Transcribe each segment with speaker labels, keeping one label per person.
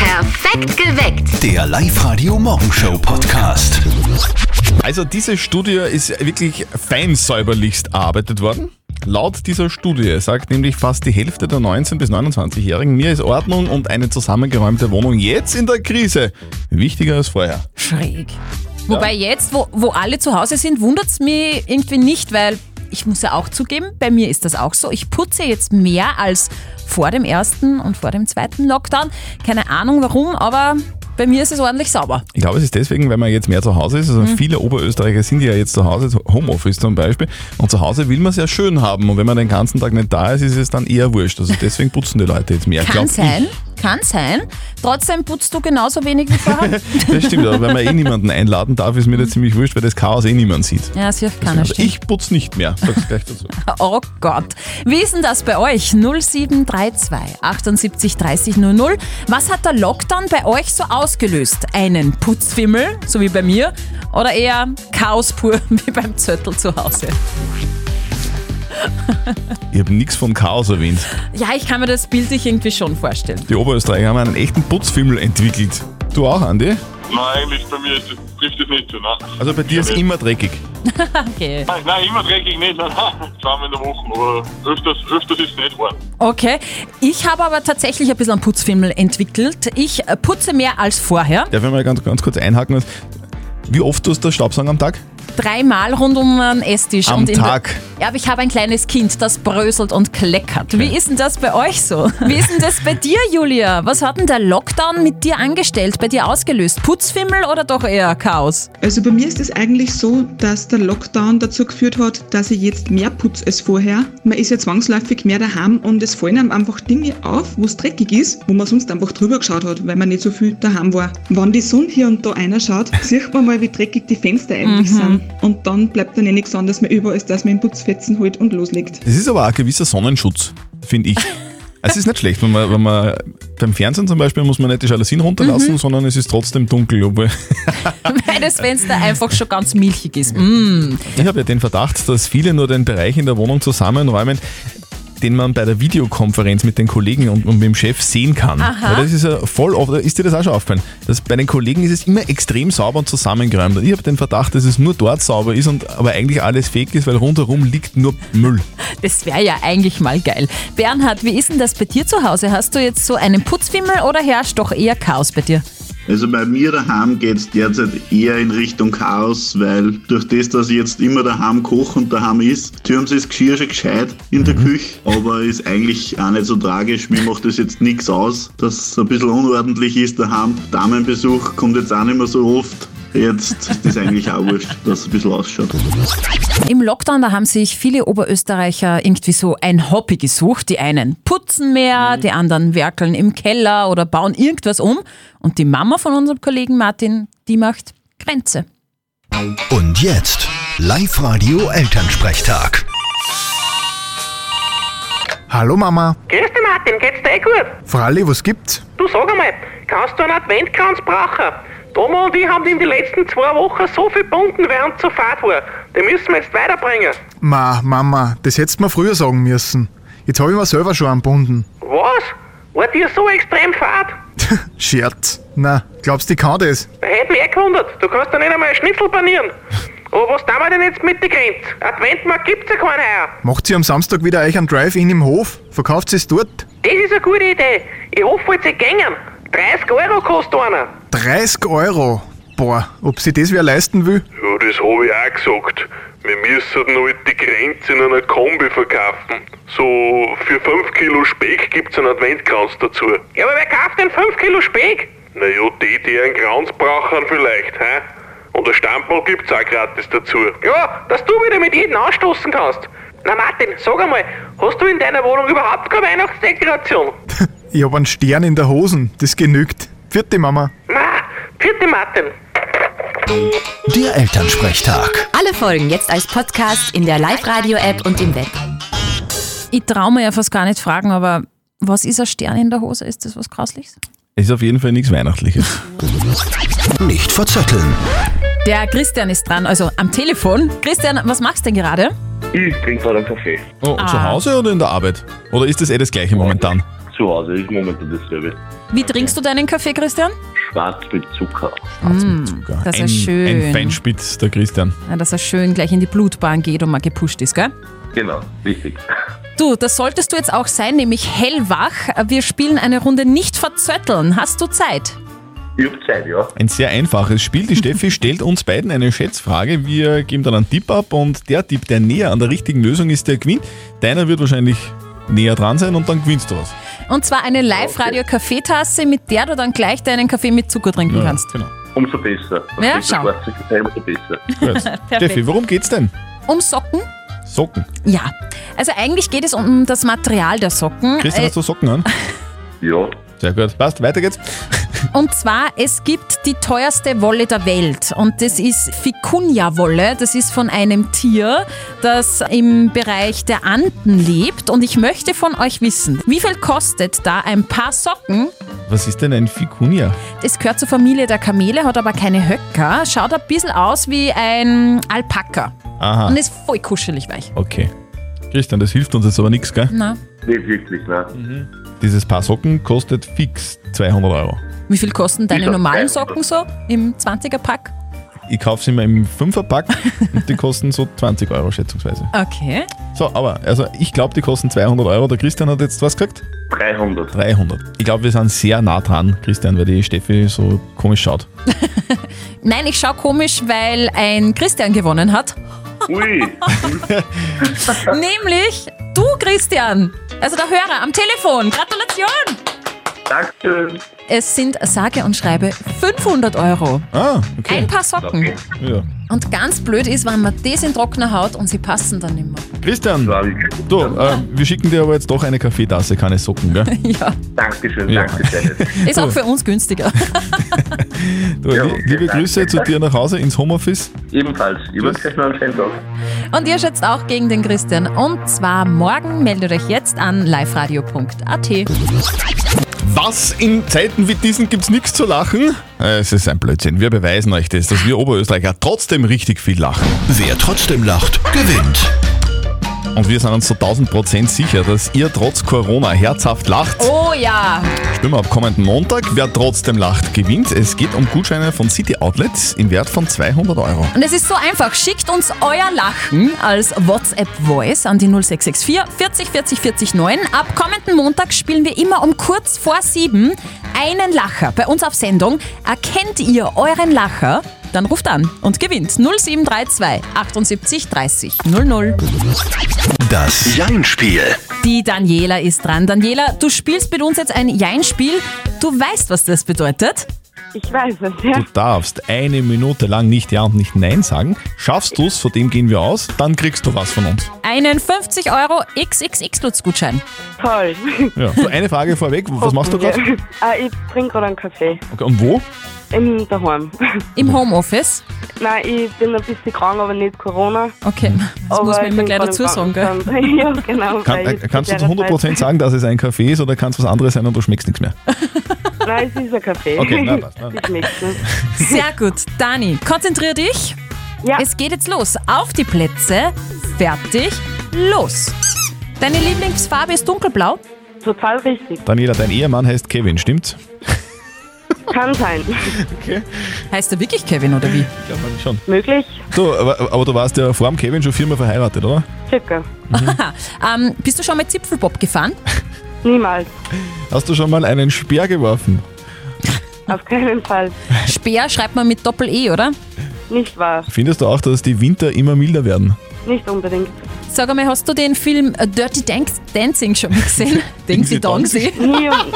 Speaker 1: Perfekt geweckt.
Speaker 2: Der Live-Radio Morgenshow Podcast.
Speaker 3: Also diese Studie ist wirklich feinsäuberlichst erarbeitet worden. Laut dieser Studie sagt nämlich fast die Hälfte der 19- bis 29-Jährigen, mir ist Ordnung und eine zusammengeräumte Wohnung jetzt in der Krise wichtiger als vorher.
Speaker 4: Schräg. Wobei jetzt, wo, wo alle zu Hause sind, wundert es mich irgendwie nicht, weil ich muss ja auch zugeben, bei mir ist das auch so. Ich putze jetzt mehr als vor dem ersten und vor dem zweiten Lockdown. Keine Ahnung warum, aber bei mir ist es ordentlich sauber.
Speaker 3: Ich glaube, es ist deswegen, weil man jetzt mehr zu Hause ist. Also
Speaker 4: Mhm.
Speaker 3: viele Oberösterreicher sind ja jetzt zu Hause, so Homeoffice zum Beispiel. Und zu Hause will man es ja schön haben. Und wenn man den ganzen Tag nicht da ist, ist es dann eher wurscht. Also deswegen putzen die Leute jetzt mehr.
Speaker 4: Kann
Speaker 3: glaub
Speaker 4: sein, kann sein. Trotzdem putzt du genauso wenig wie vorher.
Speaker 3: Ich. Das stimmt, aber wenn man eh niemanden einladen darf, ist mir das ziemlich wurscht, weil das Chaos eh niemand sieht.
Speaker 4: ja, sicher kann es
Speaker 3: Also
Speaker 4: stimmen.
Speaker 3: ich putz nicht mehr. Sag's gleich dazu.
Speaker 4: Oh Gott. Wie ist denn das bei euch? 0732 78 30 00. Was hat der Lockdown bei euch so ausgelöst? Einen Putzfimmel, so wie bei mir, oder eher Chaos pur, wie beim Zöttel zu Hause?
Speaker 3: Ich habe nichts von Chaos erwähnt.
Speaker 4: Ja, ich kann mir das bildlich irgendwie schon vorstellen.
Speaker 3: Die Oberösterreicher haben einen echten Putzfimmel entwickelt. Du auch, Andi?
Speaker 5: Nein, eigentlich bei mir ist- trifft es nicht zu. Nein.
Speaker 3: Also bei dir ist
Speaker 5: Ja,
Speaker 3: immer dreckig.
Speaker 4: Okay.
Speaker 5: Nein, nein, immer dreckig nicht. Nein, nein, zweimal in der Woche. Aber öfters, öfters ist es nicht geworden.
Speaker 4: Okay. Ich habe aber tatsächlich ein bisschen einen Putzfimmel entwickelt. Ich äh, putze mehr als vorher.
Speaker 3: Darf ich mal ganz, ganz kurz einhaken? Wie oft tust du Staubsaugen am Tag?
Speaker 4: Dreimal rund um den Esstisch.
Speaker 3: Am
Speaker 4: und in
Speaker 3: Tag.
Speaker 4: Der, ja, aber ich habe ein kleines Kind, das bröselt und kleckert. Wie ist denn das bei euch so? Wie ist denn das bei dir, Julia? Was hat denn der Lockdown mit dir angestellt, bei dir ausgelöst? Putzfimmel oder doch eher Chaos?
Speaker 6: Also bei mir ist es eigentlich so, dass der Lockdown dazu geführt hat, dass ich jetzt mehr putz als vorher. Man ist ja zwangsläufig mehr daheim und es fallen einem einfach Dinge auf, wo es dreckig ist, wo man sonst einfach drüber geschaut hat, weil man nicht so viel daheim war. Wenn die Sonne hier und da einer schaut, sieht man mal, wie dreckig die Fenster eigentlich sind. Und dann bleibt dann eh nichts anderes mehr über, als dass man den Putzfetzen holt und loslegt.
Speaker 3: Es ist aber auch ein gewisser Sonnenschutz, finde ich. Also Es ist nicht schlecht, wenn man, wenn man beim Fernsehen zum Beispiel muss man nicht die Jalousien runterlassen, sondern es ist trotzdem dunkel. Obwohl,
Speaker 4: Weil das Fenster einfach schon ganz milchig ist. Mm.
Speaker 3: ich habe ja den Verdacht, dass viele nur den Bereich in der Wohnung zusammenräumen, den man bei der Videokonferenz mit den Kollegen und, und mit dem Chef sehen kann. Weil das ist ja voll oft, ist dir das auch schon aufgefallen? Dass bei den Kollegen ist es immer extrem sauber und zusammengeräumt. Und Ich habe den Verdacht, dass es nur dort sauber ist und aber eigentlich alles fake ist, weil rundherum liegt nur Müll.
Speaker 4: Das wäre ja eigentlich mal geil. Bernhard, wie ist denn das bei dir zu Hause? Hast du jetzt so einen Putzfimmel oder herrscht doch eher Chaos bei dir?
Speaker 7: Also bei mir daheim geht's derzeit eher in Richtung Chaos, weil durch das, dass ich jetzt immer daheim koche und daheim ist, türmt sich das Geschirr schon gescheit in der Küche, aber ist eigentlich auch nicht so tragisch. Mir macht das jetzt nichts aus, dass es ein bisschen unordentlich ist daheim. Damenbesuch kommt jetzt auch nicht mehr so oft. Jetzt ist das eigentlich auch wurscht, dass es ein bisschen ausschaut.
Speaker 4: Im Lockdown, da haben sich viele Oberösterreicher irgendwie so ein Hobby gesucht. Die einen putzen mehr, die anderen werkeln im Keller oder bauen irgendwas um. Und die Mama von unserem Kollegen Martin, die macht Grenze.
Speaker 2: Und jetzt Live-Radio Elternsprechtag.
Speaker 8: Hallo Mama.
Speaker 9: Grüß dich Martin, geht's dir eh gut?
Speaker 8: Fralli, was gibt's?
Speaker 9: Du sag einmal, kannst du einen Adventkranz brauchen? Tomo und ich haben in den letzten zwei Wochen so viel bunten, während zur Fahrt war. Den müssen wir jetzt weiterbringen.
Speaker 8: Ma, Mama, das hättest du mir früher sagen müssen. Jetzt hab ich mir selber schon anbunden.
Speaker 9: Was? War dir so extrem fad?
Speaker 8: Scherz. Na, glaubst du, ich kann das?
Speaker 9: Da hätte mich eh gewundert, du kannst ja nicht einmal einen Schnitzel panieren. Aber was tun wir denn jetzt mit der Grenze? Adventmarkt gibt's ja keinen heuer.
Speaker 8: Macht sie am Samstag wieder euch einen Drive-In im Hof? Verkauft sie es dort?
Speaker 9: Das ist eine gute Idee. Ich hoffe, jetzt ihr gängen. 30 Euro kostet einer.
Speaker 8: 30 Euro. Boah, ob sie das wer leisten will?
Speaker 10: Ja, das habe ich auch gesagt. Wir müssen halt die Grenze in einer Kombi verkaufen. So für 5 Kilo Speck gibt's einen Adventkranz dazu.
Speaker 9: Ja, aber wer kauft denn 5 Kilo Speck?
Speaker 10: Naja, die, die einen Kranz brauchen vielleicht, hä? Und ein Stammball gibt's auch gratis dazu.
Speaker 9: Ja, dass du wieder mit jedem anstoßen kannst. Na Martin, sag einmal, hast du in deiner Wohnung überhaupt keine Weihnachtsdekoration?
Speaker 8: Ich hab einen Stern in der Hosen. Das genügt. Vierte Mama.
Speaker 9: Na, vierte Martin.
Speaker 2: Der Elternsprechtag.
Speaker 11: Alle Folgen jetzt als Podcast in der Live-Radio-App und im Web.
Speaker 4: Ich traue mir ja fast gar nicht fragen, aber was ist ein Stern in der Hose? Ist das was Grausliches?
Speaker 3: Es ist auf jeden Fall nichts Weihnachtliches.
Speaker 2: Nicht verzetteln.
Speaker 4: Der Christian ist dran, also am Telefon. Christian, was machst du denn gerade?
Speaker 10: Ich trinke gerade einen Kaffee.
Speaker 4: Ah.
Speaker 3: Oh, Zu Hause oder in der Arbeit? Oder ist das eh das gleiche momentan?
Speaker 10: Zu Hause ist momentan dasselbe.
Speaker 4: Wie trinkst du deinen Kaffee, Christian?
Speaker 1: Schwarz mit Zucker.
Speaker 4: Mm, das
Speaker 3: ein,
Speaker 4: ist schön.
Speaker 3: Ein Feinspitz, der Christian.
Speaker 4: Ja, dass er schön gleich in die Blutbahn geht und mal gepusht ist, gell?
Speaker 1: Genau, richtig.
Speaker 4: Du, das solltest du jetzt auch sein, nämlich hellwach. Wir spielen eine Runde nicht verzötteln. Hast du Zeit?
Speaker 1: Ich hab Zeit, ja.
Speaker 3: Ein sehr einfaches Spiel. Die Steffi stellt uns beiden eine Schätzfrage. Wir geben dann einen Tipp ab und der Tipp, der näher an der richtigen Lösung ist, der gewinnt. Deiner wird wahrscheinlich näher dran sein und dann gewinnst du was.
Speaker 4: Und zwar eine Live-Radio-Kaffeetasse, mit der du dann gleich deinen Kaffee mit Zucker trinken kannst.
Speaker 3: Genau.
Speaker 1: Umso besser. Das
Speaker 4: Ja,
Speaker 1: ist
Speaker 4: schau.
Speaker 1: das Schwarze, Umso besser.
Speaker 3: Steffi, worum geht's denn?
Speaker 4: Um Socken?
Speaker 3: Socken.
Speaker 4: Ja. Also eigentlich geht es um das Material der Socken.
Speaker 3: Christian,
Speaker 4: Äh,
Speaker 3: hast du Socken an?
Speaker 1: Ja.
Speaker 3: Sehr gut. Passt, weiter geht's.
Speaker 4: Und zwar, es gibt die teuerste Wolle der Welt. Und das ist Vicuña-Wolle. Das ist von einem Tier, das im Bereich der Anden lebt. Und ich möchte von euch wissen, wie viel kostet da ein paar Socken?
Speaker 3: Was ist denn ein Vicuña?
Speaker 4: Es gehört zur Familie der Kamele, hat aber keine Höcker. Schaut ein bisschen aus wie ein Alpaka.
Speaker 3: Aha.
Speaker 4: Und ist voll kuschelig weich.
Speaker 3: Okay. Christian, das hilft uns jetzt aber nichts, gell?
Speaker 4: Na,
Speaker 1: Nicht wirklich, nein.
Speaker 3: Dieses Paar Socken kostet fix 200 Euro.
Speaker 4: wie viel kosten deine
Speaker 3: Ich hab
Speaker 4: normalen
Speaker 3: keine
Speaker 4: Socken so im 20er-Pack?
Speaker 3: Ich kaufe sie immer im 5er-Pack und die kosten so 20 Euro schätzungsweise.
Speaker 4: Okay.
Speaker 3: So, aber also ich glaube, die kosten 200 Euro. Der Christian hat jetzt was gekriegt?
Speaker 1: 300.
Speaker 3: 300. Ich glaube, wir sind sehr nah dran, Christian, weil die Steffi so komisch schaut.
Speaker 4: Nein, ich schaue komisch, weil ein Christian gewonnen hat.
Speaker 1: Ui.
Speaker 4: Nämlich du, Christian. Also der Hörer am Telefon. Gratulation!
Speaker 1: Dankeschön.
Speaker 4: Es sind sage und schreibe 500 Euro.
Speaker 3: Ah,
Speaker 4: okay. Ein paar Socken.
Speaker 3: Ja.
Speaker 4: Und ganz blöd ist, wenn man das in trockener Haut und sie passen dann nicht mehr.
Speaker 3: Christian, du, äh, wir schicken dir aber jetzt doch eine Kaffeetasse, keine Socken, gell?
Speaker 4: Ja.
Speaker 1: Dankeschön,
Speaker 3: Ja.
Speaker 1: Dankeschön.
Speaker 4: Ist auch für uns günstiger.
Speaker 3: Du, li- liebe Grüße zu dir nach Hause ins Homeoffice.
Speaker 1: Ebenfalls. Ich wünsche euch noch einen schönen Tag.
Speaker 4: Und ihr schätzt auch gegen den Christian. Und zwar morgen meldet euch jetzt an liveradio.at.
Speaker 3: Was in Zeiten wie diesen gibt's nichts zu lachen? Äh, Es ist ein Blödsinn. Wir beweisen euch das, dass wir Oberösterreicher trotzdem richtig viel lachen.
Speaker 2: Wer trotzdem lacht, gewinnt.
Speaker 3: Und wir sind uns zu 1000% sicher, dass ihr trotz Corona herzhaft lacht.
Speaker 4: Oh ja!
Speaker 3: Stimmen ab kommenden Montag. Wer trotzdem lacht, gewinnt. Es geht um Gutscheine von City Outlets im Wert von 200 Euro.
Speaker 4: Und es ist so einfach. Schickt uns euer Lachen als WhatsApp-Voice an die 0664 40 40 40 9. Ab kommenden Montag spielen wir immer um kurz vor sieben einen Lacher bei uns auf Sendung. Erkennt ihr euren Lacher? Dann ruft an und gewinnt 0732 78 30 00.
Speaker 2: Das Jein-Spiel.
Speaker 4: Die Daniela ist dran. Daniela, du spielst mit uns jetzt ein Jein-Spiel. Du weißt, was das bedeutet?
Speaker 12: Ich weiß es, ja.
Speaker 3: Du darfst eine Minute lang nicht Ja und nicht Nein sagen. Schaffst du's, von dem gehen wir aus, dann kriegst du was von uns.
Speaker 4: Einen 50 Euro XXX-Lutz-Gutschein.
Speaker 12: Toll.
Speaker 3: Ja. So, eine Frage vorweg. Was machst du gerade?
Speaker 12: Äh, ich trinke gerade einen Kaffee.
Speaker 3: Okay, und wo?
Speaker 12: Im daheim.
Speaker 4: Im Homeoffice?
Speaker 12: Nein, ich bin ein bisschen krank, aber nicht Corona.
Speaker 4: Okay, das muss man
Speaker 12: Oh, ich
Speaker 4: immer
Speaker 12: bin
Speaker 4: gleich
Speaker 12: gerade
Speaker 4: dazu
Speaker 12: im
Speaker 4: sagen, gell?
Speaker 12: Krankenstand. ja, genau.
Speaker 3: Kann,
Speaker 12: weil
Speaker 3: äh,
Speaker 12: ich zu
Speaker 3: kannst du zu
Speaker 12: der
Speaker 3: 100%
Speaker 12: Zeit-
Speaker 3: sagen, dass es ein Kaffee ist oder kann es was anderes sein und du schmeckst nichts mehr?
Speaker 12: Nein, es ist ein Kaffee.
Speaker 3: Okay, na, passt, na.
Speaker 12: Ich schmeck's nicht.
Speaker 4: Sehr gut. Dani, konzentrier dich. Ja. Es geht jetzt los. Auf die Plätze. Fertig. Los. Deine Lieblingsfarbe ist dunkelblau?
Speaker 12: Total richtig.
Speaker 3: Daniela, dein Ehemann heißt Kevin, stimmt's?
Speaker 12: Kann sein.
Speaker 3: Okay.
Speaker 4: Heißt er wirklich Kevin oder wie?
Speaker 3: Ich glaube schon.
Speaker 12: Möglich?
Speaker 3: Du, aber, aber du warst ja vor dem Kevin schon viermal verheiratet, oder?
Speaker 12: Circa.
Speaker 4: Aha. Ähm, bist du schon mit Zipfelbob gefahren?
Speaker 12: Niemals.
Speaker 3: Hast du schon mal einen Speer geworfen?
Speaker 12: Auf keinen Fall.
Speaker 4: Speer schreibt man mit Doppel-E, oder?
Speaker 12: Nicht wahr.
Speaker 3: Findest du auch, dass die Winter immer milder werden?
Speaker 12: Nicht unbedingt.
Speaker 4: Sag einmal, hast du den Film äh, Dirty Dan- Dancing schon mal gesehen? Dingsy Dongsy.
Speaker 12: Nie und,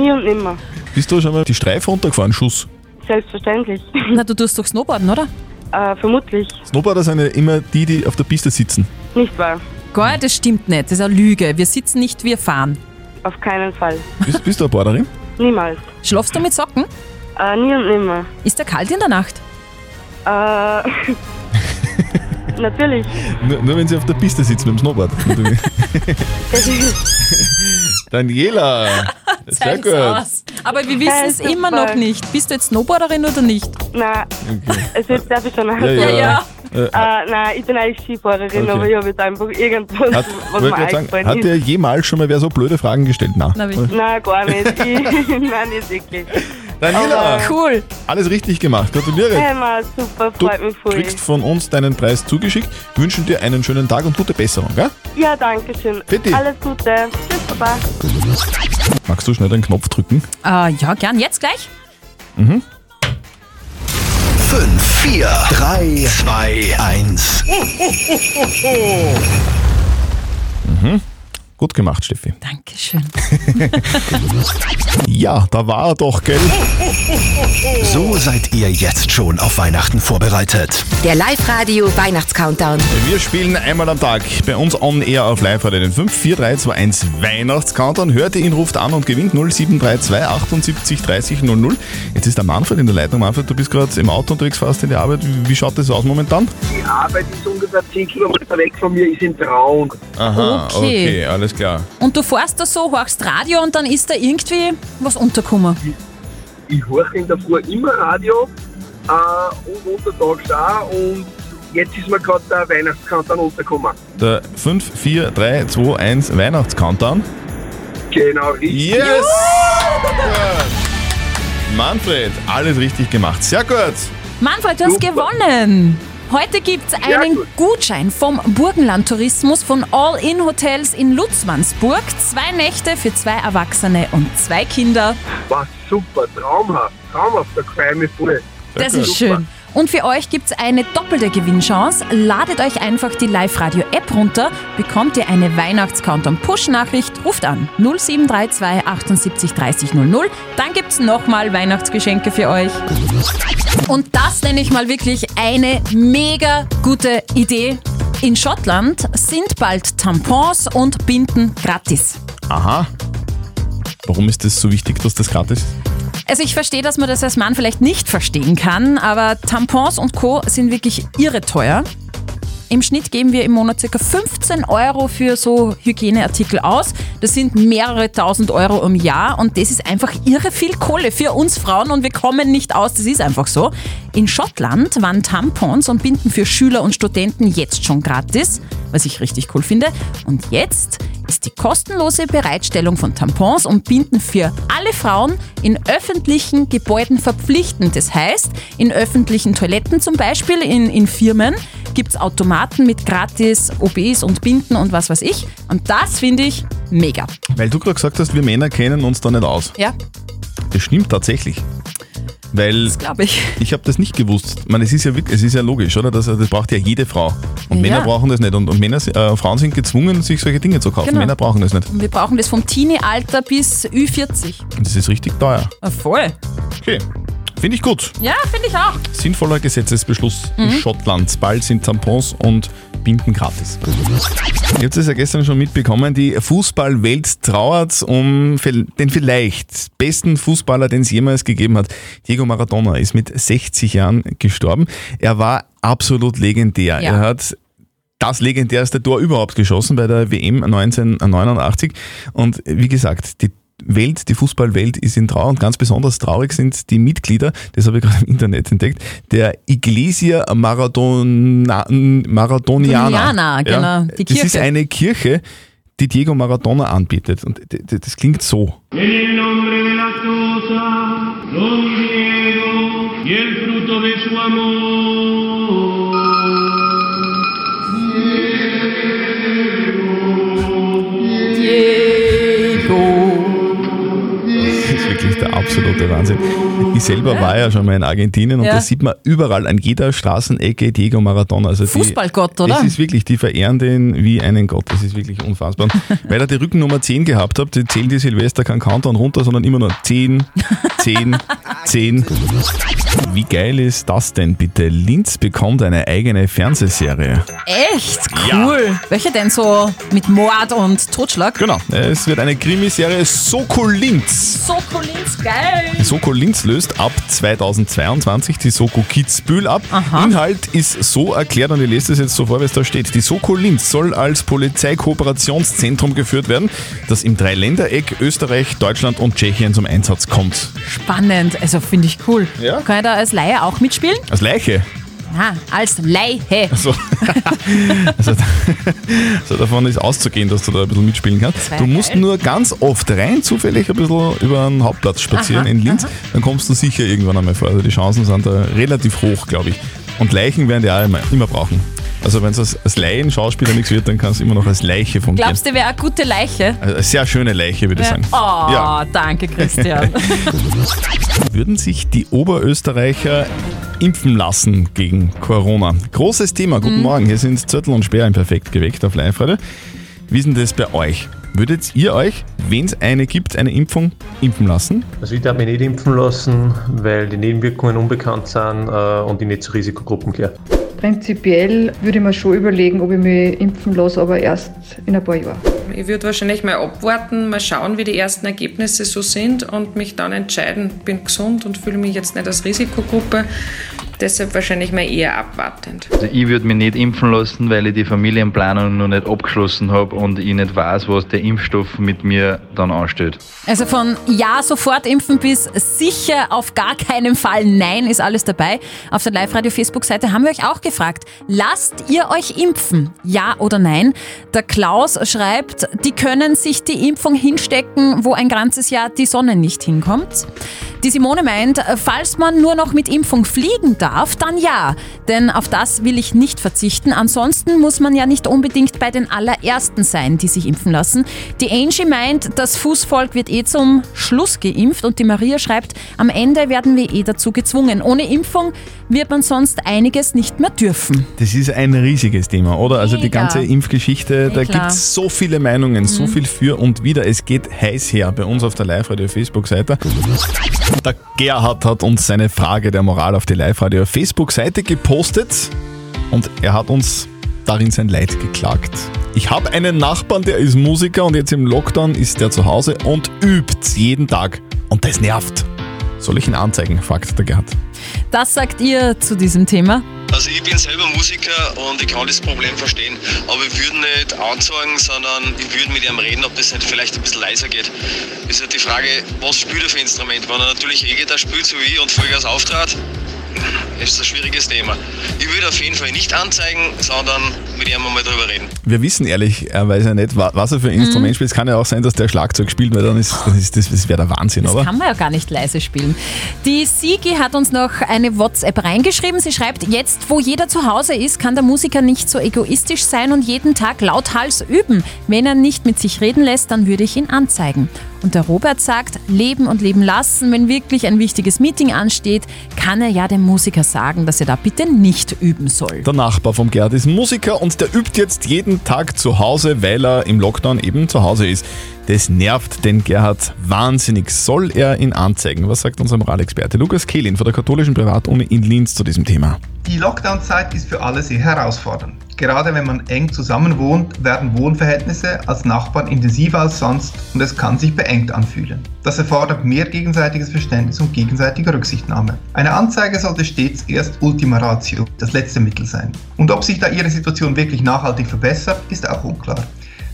Speaker 12: nie und nimmer.
Speaker 3: Bist du schon mal die Streife runtergefahren? Schuss.
Speaker 12: Selbstverständlich.
Speaker 4: Na, du tust doch Snowboarden, oder?
Speaker 12: Äh, vermutlich.
Speaker 3: Snowboarder sind ja immer die, die auf der Piste sitzen.
Speaker 12: Nicht wahr.
Speaker 4: Gott, das stimmt nicht. Das ist eine Lüge. Wir sitzen nicht, wir fahren.
Speaker 12: Auf keinen Fall.
Speaker 3: Bist, bist du eine Borderin?
Speaker 12: Niemals.
Speaker 4: Schlafst du mit Socken?
Speaker 12: Äh, nie und nimmer.
Speaker 4: Ist der kalt in der Nacht?
Speaker 12: Äh, natürlich.
Speaker 3: Nur, nur wenn sie auf der Piste sitzt mit dem Snowboard. Natürlich.
Speaker 12: Das ist
Speaker 3: Daniela,
Speaker 4: Zeig's aus. Aber wir wissen es
Speaker 12: Kein
Speaker 4: immer
Speaker 12: Zufall.
Speaker 4: noch nicht. Bist du jetzt Snowboarderin oder nicht?
Speaker 12: Nein, also jetzt darf ich schon
Speaker 4: Ja, ja.
Speaker 3: Ja,
Speaker 12: Äh, nein, ich bin eigentlich Skifahrerin,
Speaker 3: Okay.
Speaker 12: aber ich habe jetzt einfach irgendwas,
Speaker 3: Hat,
Speaker 12: was
Speaker 3: wollte
Speaker 12: mir
Speaker 3: grad sagen,
Speaker 12: eingefallen
Speaker 3: hat dir
Speaker 12: ist.
Speaker 3: jemals schon mal wer so blöde Fragen gestellt? Na.
Speaker 12: Nein, gar nicht. Ich, nein, nicht wirklich.
Speaker 3: Daniela!
Speaker 12: Aber-
Speaker 4: Cool!
Speaker 3: Alles richtig gemacht. Gratuliere.
Speaker 12: Hey, Mann, super,
Speaker 3: Du
Speaker 12: Oh. freut mich voll.
Speaker 3: kriegst von uns deinen Preis zugeschickt. Wünschen dir einen schönen Tag und gute Besserung, gell?
Speaker 12: Ja, danke schön.
Speaker 3: Bitte.
Speaker 12: Alles Gute. Tschüss, Baba.
Speaker 3: Magst du schnell den Knopf drücken?
Speaker 4: Äh, ja, gern. Jetzt gleich.
Speaker 3: Mhm.
Speaker 2: 5, 4, 3, 2, 1.
Speaker 3: Mhm. Gut gemacht, Steffi.
Speaker 4: Dankeschön.
Speaker 3: Ja, da war er doch, gell?
Speaker 2: So seid ihr jetzt schon auf Weihnachten vorbereitet.
Speaker 11: Der Live-Radio Weihnachts-Countdown.
Speaker 3: Wir spielen einmal am Tag bei uns on air auf live Radio den 5 4 3 2 1 Weihnachtscountdown. Hört ihr ihn, ruft an und gewinnt 0732 78 30 00. Jetzt ist der Manfred in der Leitung. Manfred, du bist gerade im Auto unterwegs, fast in die Arbeit. Wie wie schaut das aus momentan?
Speaker 13: Die Arbeit ist ungefähr 10 Kilometer weg von mir, ist in Traun.
Speaker 3: Aha,
Speaker 4: Okay. okay,
Speaker 3: alles klar.
Speaker 4: Und du fährst da so, horchst Radio und dann ist da irgendwie was untergekommen.
Speaker 13: Ich höre in der Früh immer Radio äh, und untertags auch und jetzt ist mir gerade der Weihnachtskanton untergekommen.
Speaker 3: Der 5 4 3 2 1 Weihnachtscountdown.
Speaker 13: Genau, richtig.
Speaker 3: Yes! Manfred, alles richtig gemacht. Sehr gut.
Speaker 4: Manfred, du hast gewonnen! Heute gibt's einen Gutschein vom Burgenland Tourismus von All-In Hotels in Lutzmannsburg. Zwei Nächte für zwei Erwachsene und zwei Kinder.
Speaker 13: War super, traumhaft, traumhaft, da freue ich mich voll.
Speaker 4: Das ist schön. Und für euch gibt's eine doppelte Gewinnchance. Ladet euch einfach die Live-Radio-App runter, bekommt ihr eine Weihnachts-Countdown-Push-Nachricht, ruft an 0732 78 30 00. Dann gibt's nochmal Weihnachtsgeschenke für euch. Und das nenne ich mal wirklich eine mega gute Idee. In Schottland sind bald Tampons und Binden gratis.
Speaker 3: Aha. Warum ist das so wichtig, dass das gratis ist?
Speaker 4: Also ich verstehe, dass man das als Mann vielleicht nicht verstehen kann, aber Tampons und Co. sind wirklich irre teuer. Im Schnitt geben wir im Monat ca. 15 Euro für so Hygieneartikel aus. Das sind mehrere tausend Euro im Jahr und das ist einfach irre viel Kohle für uns Frauen und wir kommen nicht aus. Das ist einfach so. In Schottland waren Tampons und Binden für Schüler und Studenten jetzt schon gratis, was ich richtig cool finde. Und jetzt ist die kostenlose Bereitstellung von Tampons und Binden für alle Frauen in öffentlichen Gebäuden verpflichtend. Das heißt, in öffentlichen Toiletten zum Beispiel, in, in Firmen, gibt es Automaten mit gratis OBs und Binden und was weiß ich. Und das finde ich mega.
Speaker 3: Weil du gerade gesagt hast, wir Männer kennen uns da nicht aus.
Speaker 4: Ja,
Speaker 3: Das stimmt tatsächlich. Weil das
Speaker 4: glaube ich.
Speaker 3: Ich habe das nicht gewusst. Ich meine, es ist ja wirklich, es ist ja logisch, oder? Das, das braucht ja jede Frau. Und
Speaker 4: Ja.
Speaker 3: Männer brauchen das nicht. Und, und Männer, äh, Frauen sind gezwungen, sich solche Dinge zu kaufen.
Speaker 4: Genau.
Speaker 3: Männer brauchen das nicht.
Speaker 4: und wir brauchen das vom Teenie-Alter bis Ü40.
Speaker 3: Und das ist richtig teuer.
Speaker 4: Ah, Voll.
Speaker 3: Okay. Finde ich gut.
Speaker 4: Ja, finde ich auch.
Speaker 3: Sinnvoller Gesetzesbeschluss in
Speaker 4: Mhm.
Speaker 3: Schottland. Bald sind Tampons und Binden gratis. Ihr habt es ja gestern schon mitbekommen, die Fußballwelt trauert um vel- den vielleicht besten Fußballer, den es jemals gegeben hat. Diego Maradona ist mit 60 Jahren gestorben. Er war absolut legendär.
Speaker 14: Ja.
Speaker 3: Er hat das legendärste Tor überhaupt geschossen bei der WM 1989. Und wie gesagt, die Welt, die Fußballwelt ist in Trauer und ganz besonders traurig sind die Mitglieder, das habe ich gerade im Internet entdeckt, der Iglesia Maradona, Maradoniana.
Speaker 4: Maradoniana, genau, die
Speaker 3: das ist
Speaker 4: Kirche.
Speaker 3: eine Kirche, die Diego Maradona anbietet. Und d- d- das klingt so.
Speaker 15: En el nombre de la diosa, don Diego, y el fruto de su amor.
Speaker 3: Das ist wirklich der absolute Wahnsinn. Ich selber war ja schon mal in Argentinien und
Speaker 4: Ja.
Speaker 3: da sieht man überall an jeder Straßenecke Diego Maradona. Also die-
Speaker 4: Fußballgott, oder?
Speaker 3: Das ist wirklich, die verehren den wie einen Gott. Das ist wirklich unfassbar. Und weil er die Rückennummer 10 gehabt hat, die zählen die Silvester keinen Countdown runter, sondern immer nur 10, 10, 10. Wie geil ist das denn bitte? Linz bekommt eine eigene Fernsehserie.
Speaker 4: Echt cool. Welche denn so mit Mord und Totschlag?
Speaker 3: Genau. Es wird eine Krimiserie Soko Linz.
Speaker 4: So cool, geil.
Speaker 3: So Soko Linz löst ab 2022 die Soko Kitzbühel ab. Inhalt ist so erklärt und ich lese das jetzt so vor, wie es da steht. Die Soko Linz soll als Polizeikooperationszentrum geführt werden, das im Dreiländereck Österreich, Deutschland und Tschechien zum Einsatz kommt.
Speaker 4: Spannend, also finde ich cool.
Speaker 3: Ja?
Speaker 4: Kann ich da als Laie auch mitspielen?
Speaker 3: Als Leiche.
Speaker 4: Nein, als Laie.
Speaker 3: Also, also, also davon ist auszugehen, dass du da ein bisschen mitspielen kannst.
Speaker 4: wär
Speaker 3: Du musst
Speaker 4: geil.
Speaker 3: nur ganz oft rein, zufällig ein bisschen über den Hauptplatz spazieren
Speaker 4: Aha,
Speaker 3: in Linz, dann kommst du sicher irgendwann einmal vor. Also die Chancen sind da relativ hoch, glaube ich. Und Leichen werden die auch immer, immer brauchen. Also wenn es als, als Laien-Schauspieler nichts wird, dann kannst du immer noch als Leiche fungieren.
Speaker 4: Glaubst du, wäre eine gute Leiche?
Speaker 3: Also eine sehr schöne Leiche, würde ich sagen.
Speaker 4: Oh,
Speaker 3: Ja.
Speaker 4: danke, Christian.
Speaker 3: Würden sich die Oberösterreicher impfen lassen gegen Corona? Großes Thema. Guten Morgen, hier sind Zürtel und Speer im Perfekt geweckt auf live -Radio. Wie ist denn das bei euch? Würdet ihr euch, wenn es eine gibt, eine Impfung impfen lassen?
Speaker 14: Also ich darf mich nicht impfen lassen, weil die Nebenwirkungen unbekannt sind äh, und ich nicht zu Risikogruppen gehöre.
Speaker 16: Prinzipiell würde ich mir schon überlegen, ob ich mich impfen lasse, aber erst in ein paar Jahren.
Speaker 17: Ich würde wahrscheinlich mal abwarten, mal schauen, wie die ersten Ergebnisse so sind und mich dann entscheiden. Bin gesund und fühle mich jetzt nicht als Risikogruppe, deshalb wahrscheinlich mal eher abwartend.
Speaker 18: Also ich würde mich nicht impfen lassen, weil ich die Familienplanung noch nicht abgeschlossen habe und ich nicht weiß, was der Impfstoff mit mir dann anstellt.
Speaker 4: Also von ja, sofort impfen bis sicher auf gar keinen Fall nein ist alles dabei. Auf der Live-Radio-Facebook-Seite haben wir euch auch gefragt, lasst ihr euch impfen? Ja oder nein? Der Klaus schreibt, die können sich die Impfung hinstecken, wo ein ganzes Jahr die Sonne nicht hinkommt. Die Simone meint, falls man nur noch mit Impfung fliegen darf, dann ja. Denn auf das will ich nicht verzichten. Ansonsten muss man ja nicht unbedingt bei den allerersten sein, die sich impfen lassen. Die Angie meint, das Fußvolk wird eh zum Schluss geimpft und die Maria schreibt, am Ende werden wir eh dazu gezwungen. Ohne Impfung wird man sonst einiges nicht mehr dürfen.
Speaker 3: Das ist ein riesiges Thema, oder? Also die
Speaker 4: Mega.
Speaker 3: ganze Impfgeschichte, da
Speaker 4: klar.
Speaker 3: gibt es so viele Meinungen, so
Speaker 4: Mhm.
Speaker 3: viel für und wieder. Es geht heiß her bei uns auf der Live-Radio-Facebook-Seite. Der Gerhard hat uns seine Frage der Moral auf die Live-Radio-Facebook-Seite gepostet und er hat uns darin sein Leid geklagt. Ich habe einen Nachbarn, der ist Musiker und jetzt im Lockdown ist der zu Hause und übt jeden Tag. Und das nervt. Soll ich ihn anzeigen? fragt der Gerhard.
Speaker 4: Das sagt ihr zu diesem Thema.
Speaker 19: Also ich bin selber Musiker und ich kann das Problem verstehen, aber ich würde nicht anzeigen, sondern ich würde mit ihm reden, ob das nicht vielleicht ein bisschen leiser geht. Ist ja die Frage, was spielt er für ein Instrument? Wenn er natürlich E-Gitarre spielt, so wie ich, und Vollgas auftrat, ist das ein schwieriges Thema. Ich würde auf jeden Fall nicht anzeigen, sondern mit ihm einmal drüber reden.
Speaker 3: Wir wissen ehrlicherweise nicht, wa- was er für ein
Speaker 4: Mhm.
Speaker 3: Instrument spielt. Es kann ja auch sein, dass der Schlagzeug spielt, weil dann ist, das, ist, das, das wäre der Wahnsinn,
Speaker 4: Das
Speaker 3: oder?
Speaker 4: kann man ja gar nicht leise spielen. Die Sigi hat uns noch eine WhatsApp reingeschrieben. Sie schreibt, jetzt wo jeder zu Hause ist, kann der Musiker nicht so egoistisch sein und jeden Tag lauthals üben. Wenn er nicht mit sich reden lässt, dann würde ich ihn anzeigen. Und der Robert sagt, leben und leben lassen. Wenn wirklich ein wichtiges Meeting ansteht, kann er ja dem Musiker sagen, dass er da bitte nicht üben soll.
Speaker 3: Der Nachbar vom Gerhard ist Musiker und der übt jetzt jeden Tag zu Hause, weil er im Lockdown eben zu Hause ist. Das nervt den Gerhard wahnsinnig. Soll er ihn anzeigen? Was sagt unser Moralexperte Lukas Kehlin von der katholischen Privatuni in Linz zu diesem Thema?
Speaker 20: Die Lockdown-Zeit ist für alle sehr herausfordernd. Gerade wenn man eng zusammen wohnt, werden Wohnverhältnisse als Nachbarn intensiver als sonst und es kann sich beengt anfühlen. Das erfordert mehr gegenseitiges Verständnis und gegenseitige Rücksichtnahme. Eine Anzeige sollte stets erst Ultima Ratio, das letzte Mittel sein. Und ob sich da Ihre Situation wirklich nachhaltig verbessert, ist auch unklar.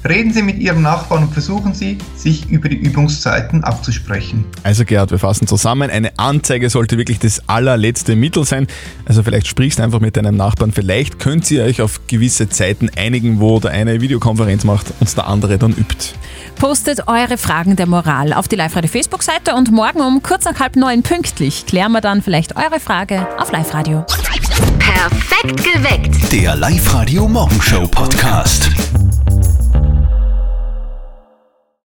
Speaker 20: Reden Sie mit Ihrem Nachbarn und versuchen Sie, sich über die Übungszeiten abzusprechen.
Speaker 3: Also Gerhard, wir fassen zusammen. Eine Anzeige sollte wirklich das allerletzte Mittel sein. Also vielleicht sprichst einfach mit deinem Nachbarn. Vielleicht könnt ihr euch auf gewisse Zeiten einigen, wo der eine Videokonferenz macht und der andere dann übt.
Speaker 4: Postet eure Fragen der Moral auf die Live-Radio-Facebook-Seite und morgen um kurz nach halb neun pünktlich klären wir dann vielleicht eure Frage auf Live-Radio.
Speaker 11: Perfekt geweckt.
Speaker 2: Der Live-Radio Morgenshow Podcast.